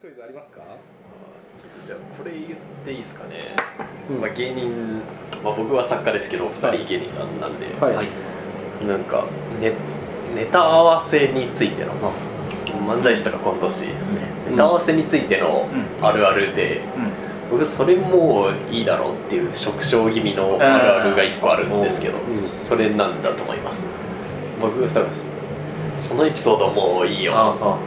クイズありますか？ちょっとじゃあこれ言っていいですかね、うんまあ、芸人、まあ、僕は作家ですけど2人芸人さんなんで、はいはい。なんかネネタ合わせについての漫才師とかコント師ですね、うんネタ合わせについてのうん。あるあるでう僕それもういいだろうっていう縮小気味のあるあるが1個あるんですけど、うんそれなんだと思います僕だからそのエピソードもういいん。あよ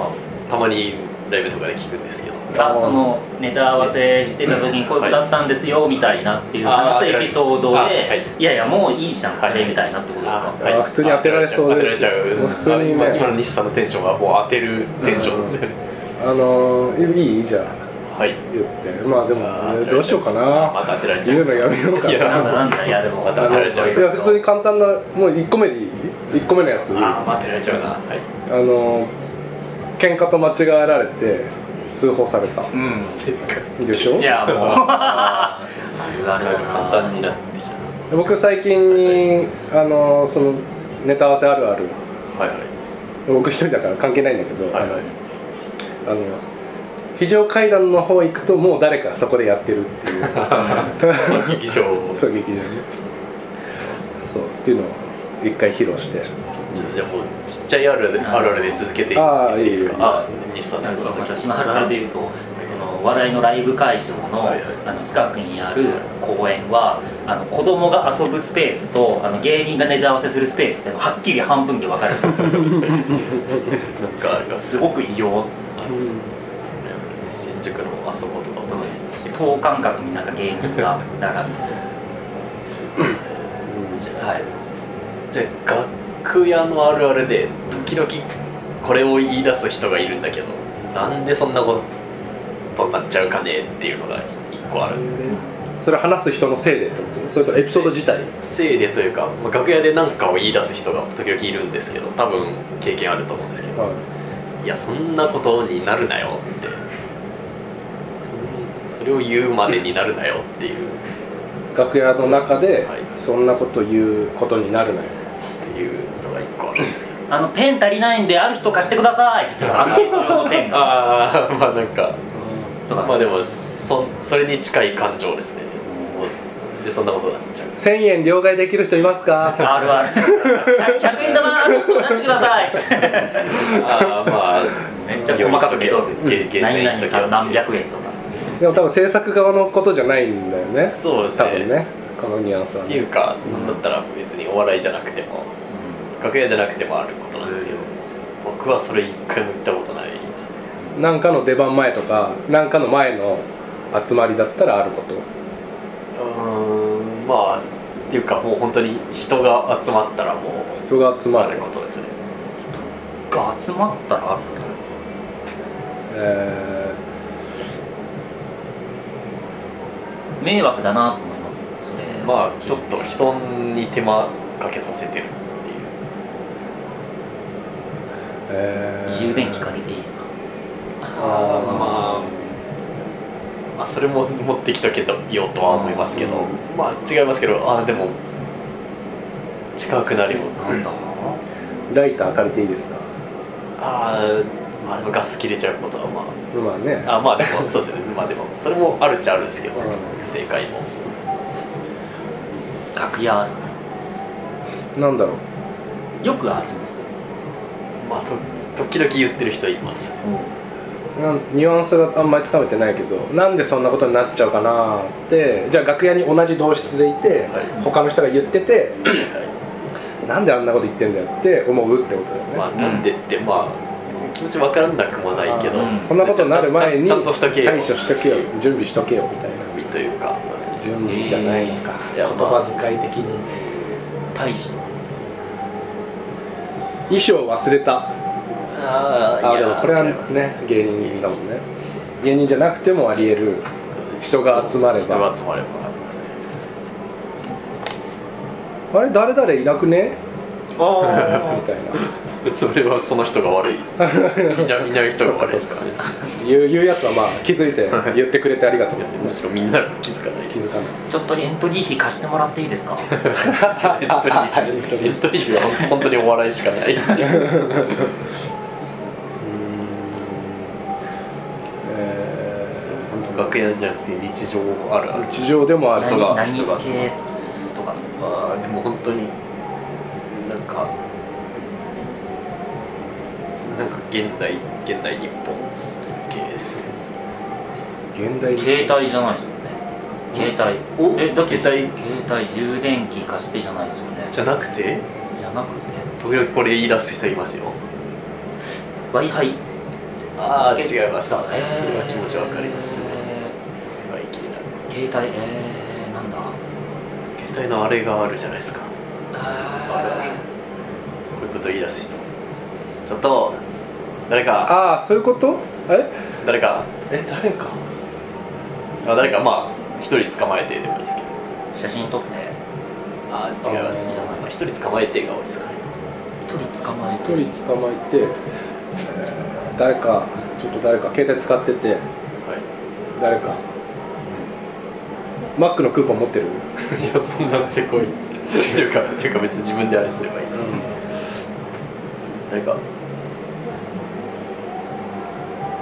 たまにライブとかで聞くんですけどあそのネタ合わせしてた時にこういうことだったんですよみたいなっていう話すエピソードあはいでいやいやもういいじゃんそれみたいなってことですあかはいあ普通に当てられそう当てらでれすちゃうもう普通にねあ今の西さんのテンションはもう当てるテンションですよねあのーいいじゃあはい言って、まあであもーねどうしようかな。また当てられちゃ言ううのやめようかいやなんだな。なんだいやでもまあたの当てられちゃういや普通に簡単なもう一個目でいい？一個目のやつ。ああー当てられちゃうなはいのー喧嘩と間違えられて通報されたうん正解でしょい？やもうあるあるだな簡単になってきた僕最近にあのーそのネタ合わせあるある。はいはい僕一人だから関係ないんだけど、はいはいあの非常階段の方行くともう誰かそこでやってるっていう劇場をそう劇場ねそうっていうのを一回披露してじゃあもうちっちゃいあるあるあるあるで続けていあーいいですかいいよあ西さんななんんかか私のあるあるで言うとそのお笑いのライブ会場の,、はいはいあの近くにある公園はあの子供が遊ぶスペースとあの芸人がネタ合わせするスペースっていうのがはっきり半分で分かれてるなんかありますすごく異様新宿のあそことかもね等間隔になんか芸人が並んでじゃあはいじゃあ楽屋のあるあるで時々これを言い出す人がいるんだけどなんでそんなことになっちゃうかねっていうのが一個あるんでそれ話す人のせいでってことそれとエピソード自体せいでというか、まあ、楽屋で何かを言い出す人が時々いるんですけど多分経験あると思うんですけどはいやそんなことになるなよってそんそれを言うまでになるなよっていうい楽屋の中ではいそんなこと言うことになるなよっていうのが一個あるんですけどあのペン足りないんである人貸してください あのペンが ああまあなんかとか、まあでもそそれに近い感情ですねもうでそんなことになっちゃう1000円両替できる人いますか あるある 100, 100円玉ある人貸してくださいあーまあめっちゃ細かくけどゲゲ何々さん何ゲ百円とかでも多分制作側のことじゃないんだよねそうです多分ねねこのニュアンスはっねていうかなんだったら別にお笑いじゃなくても楽屋じゃなくてもあることなんですけど僕はそれ一回も言ったことないですなんかの出番前とかなんかの前の集まりだったらあることうーんまあっていうかもう本当に人が集まったらも人が集うまあるる、ことですねが集まったらあるえ迷惑だなと思いますそれまあちょっと人に手間かけさせてるっていうーえー充電器借りていいですかあーまあ、まあ、それも持ってきとけとようとは思いますけど、まあ違いますけどあーでも近くなるよなんだライター借りていいですかあーまあでもガス切れちゃうことはままあねああーまあで もそうですねまあでもそれもあるっちゃあるんですけどうん正解も楽屋あるなんだろうよくありますまあと時々言ってる人いますなんニュアンスがあんまりつかめてないけどなんでそんなことになっちゃうかなってじゃあ楽屋に同じ同室でいてはい他の人が言ってて なんであんなこと言ってんだよって思うってことだよね、まあなんでってまあ気持ちわからなくもないけど、うんそんなことになる前にちゃんとちゃんとしとけよ対処しとけよ準備しとけよみたいな準備というかそうですね準備じゃないのか、いや言葉遣い的に大し 衣装忘れたあーあいでやもこれは違いますね芸人だもんね芸人じゃなくてもありえる人が集まれば人が集まればありますねあれ誰々いなくねみあたいなそれはその人が悪いです、ね、みんなみんな人が悪いですからね言う言うやつはまあ気づいて言ってくれてありがとうむしろみんなが気づかない気づかないちょっとエントリー費貸してもらっていいですかエントリーエントリーエントリーは本当にお笑いしかない っていううーんえ楽屋じゃなくて日常あるある日常でもある人が何人が集まる系とかまあでも本当になんかなんか現代現代日本系ですね現代携帯じゃないですよね携帯おえだって携帯携帯充電器貸してじゃないですよねじゃなくてじゃなくて時々これ言い出す人いますよ w i f i ああ違いますそうそえれーは気持ちわかりますねえはい聞いたー携帯えー、なんだ携帯のあれがあるじゃないですかあるあるあこういうこと言い出す人ちょっと誰かああそういうことえ誰かえ誰かあ誰かまあ一人捕まえてでもいいですけど写真撮ってあー違いますあーまあ一人捕まえてが多いですかね一人捕まえ一て人捕まえて、えー誰かちょっと誰か携帯使っててはい誰かマックのクーポン持ってるいやそんなせこいっていうかっていうか別に自分であれすればいい誰か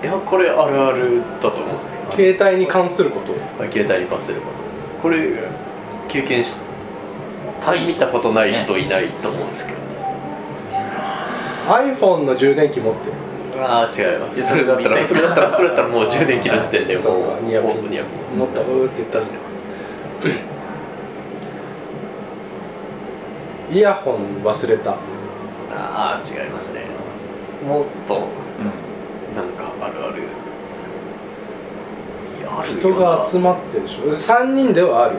いやこれあるあるだと思うんですけど携帯に関することまあ携帯にパスすることですこれ経験し大し見たたことない人いないと思うんですけどね iPhone の充電器持ってるああ違いますそれだったらそれだったらそれだったらもう充電器の時点でそうもうニアピンもうニアピン持ったうーって言った出ししてイヤホン忘れたああ違いますねもっとうんなんかあるあるいやあるよな人が集まってるでしょ3人ではある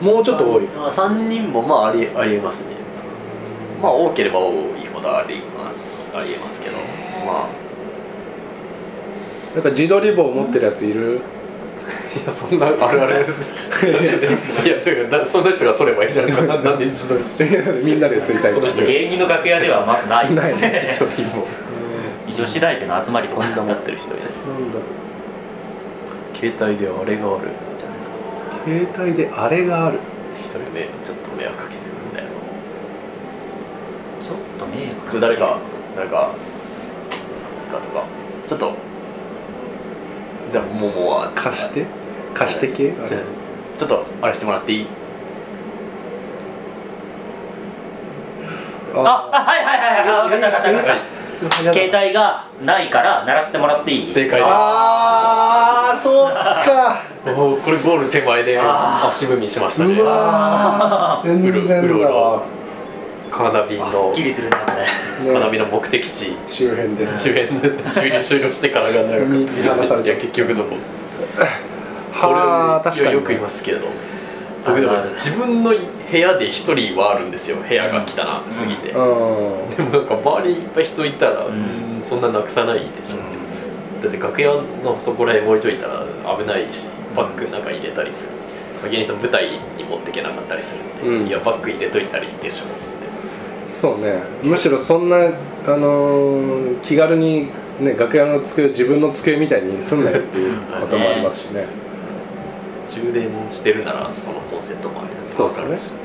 もうちょっと多いあ3人もまあありありえますねまあ多ければ多いほどありますありえますけどまあなんか自撮り棒持ってるやついる いやそんなあるあるですいやだからなその人が取ればいいじゃないですかななんで一度に してみんなでついたりそとのか人が芸人の楽屋ではまずないない ですねも女子大生の集まりとそかんな持ってる人いないなんだろ携帯であれがあるじゃないですかう携帯であれがある一人ねちょっと迷惑かけてるんだよちょっと迷惑ちょ誰か誰か誰かとかちょっとじゃあもうもうあ貸して貸して系じゃあちょっとあれしてもらっていいああはいはいはいはいあわかったわかったわかっ携た携帯がないから鳴らしてもらっていい正解ですあーそうかおーこれゴール手前であー足踏みしましたねうわー全うろ然うだろわカーナビのあすっきカりするねこれねーナビの目的地周辺です終焉 です終了終了してからが長見見放されくいちゃやう結局どこはあこれ確かにいやよく言いますけど僕でもあるある自分の部屋で一人はあるんですよ部屋が汚すぎうて、んでもなんか周りにいっぱい人いたら、うんそんななくさないでしょ、だって楽屋のそこら辺置いといたら危ないしバッグの中入れたりする、まあ芸人さん舞台に持ってけなかったりするんで、うんいやバッグ入れといたらいいでしょってそうねむしろそんなあのー気軽にね楽屋の机を自分の机みたいにすんなよっていうこともありますしね充電してるならそのコンセントもあるそうわかでるすしね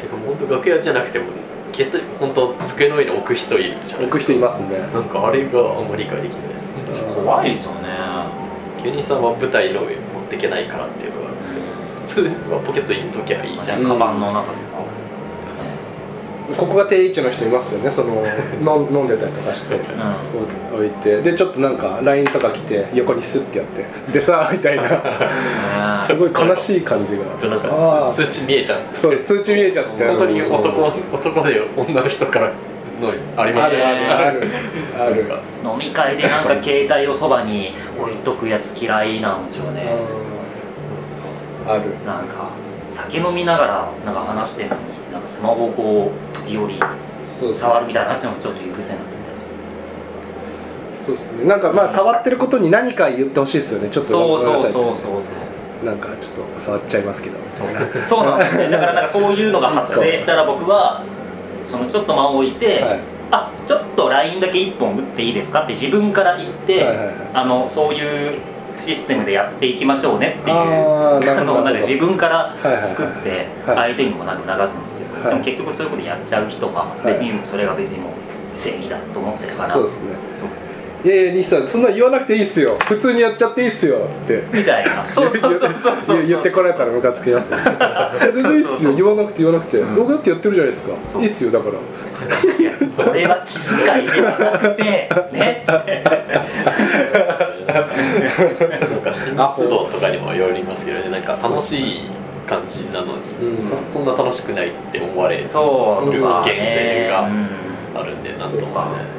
てか本当楽屋じゃなくても携帯本当机の上に置く人いるじうゃんないですか置く人いますねなんかあれがあんまり理解できないですね怖いですよね芸人さんは舞台の上に持ってけないからっていうのがあるんですけど普通はポケットに入れときゃいいじゃん、うんカバンの中とかここが定位置の人いますよねその飲ん飲んでたりとかしてうんこう置いてでちょっとなんか LINE とか来て横にスッてやってでさみたいな すごい悲しい感じがなんあかあ通知見えちゃうそう通知見えちゃって本当にそう男男で女の人からのありまあするあるあるあるなんかうん飲み会でなんか携帯をそばに置いとくやつ嫌いなんですよねあるなんか酒飲みながらなんか話してんのになんかスマホをこう時折そう触るみたいになっちゃうのちょっと許せなくてそうですねなんかまあ触ってることに何か言ってほしいですよねちょっとそうごめんそうなさいそうそうそうなんかちょっと触っちゃいますけど そうそうなんですねだからなんかそういうのが発生したら僕はそのちょっと間を置いて、はいあちょっと LINE だけ1本打っていいですかって自分から言って、はいはいはいあのそういうシステムでやっていきましょうねっていうあーなるほど のをなんか自分かはいはいはらい作ってはい相手にもなんか流すんですけど、はいでも結局そういうことやっちゃう人がい別にそれが別にもう正義だと思ってるから、そうですねそういやいや西さんそんな言わなくていいっすよ普通にやっちゃっていいっすよってみた いなそうそうそうそうそう言言ってこられたらムカつき ますよ全然いいっすよ言わなくて言わなくてん僕だってやってるじゃないですかそういいっすよだからいや俺は気遣いではなくてねっつっ てなんか新活動とかにもよりますけどねなんか楽しい感じなのに、うんそそんな楽しくないって思われるそうルール厳正がうんあるんでなんとそうかかね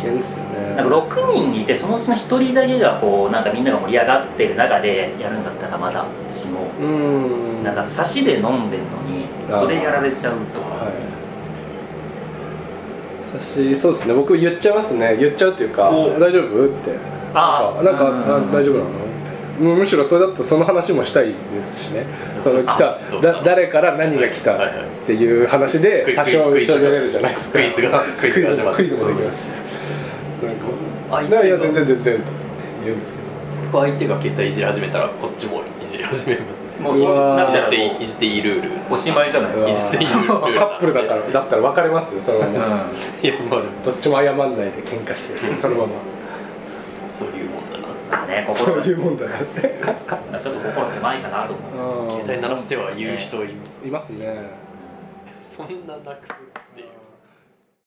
危険っすよなんねか6人いてそのうちの1人だけがこうなんかみんなが盛り上がってる中でやるんだったらまだ私もうんなんか差しで飲んでんのにそれやられちゃうとはい差しそうですね僕言っちゃいますね言っちゃうっていうかお大丈夫ってあーなんかうんあ大丈夫なのみたいなむむしろそれだとその話もしたいですしねその来たあどうしただ誰から何が来たはいはいっていう話クでイ多少後クろイズ出れるじゃないですかクイズがクイズクイズもがクイズもできますしなんかだからいや全然全然と言うんですけど相手が携帯いじり始めたらこっちもいじり始めますもうそうわーなあんいじっかていいいじっていいルールおしまいじゃないですかうわいじっていいルールカップルだったらだったら別れますよそのまうまんいやまあでもどっちも謝んないで喧嘩してそのま まそういうもんだなねそう心がいちうもんだなってょっと心狭いかなと思って携帯鳴らしては言う人いるいますねそんななくす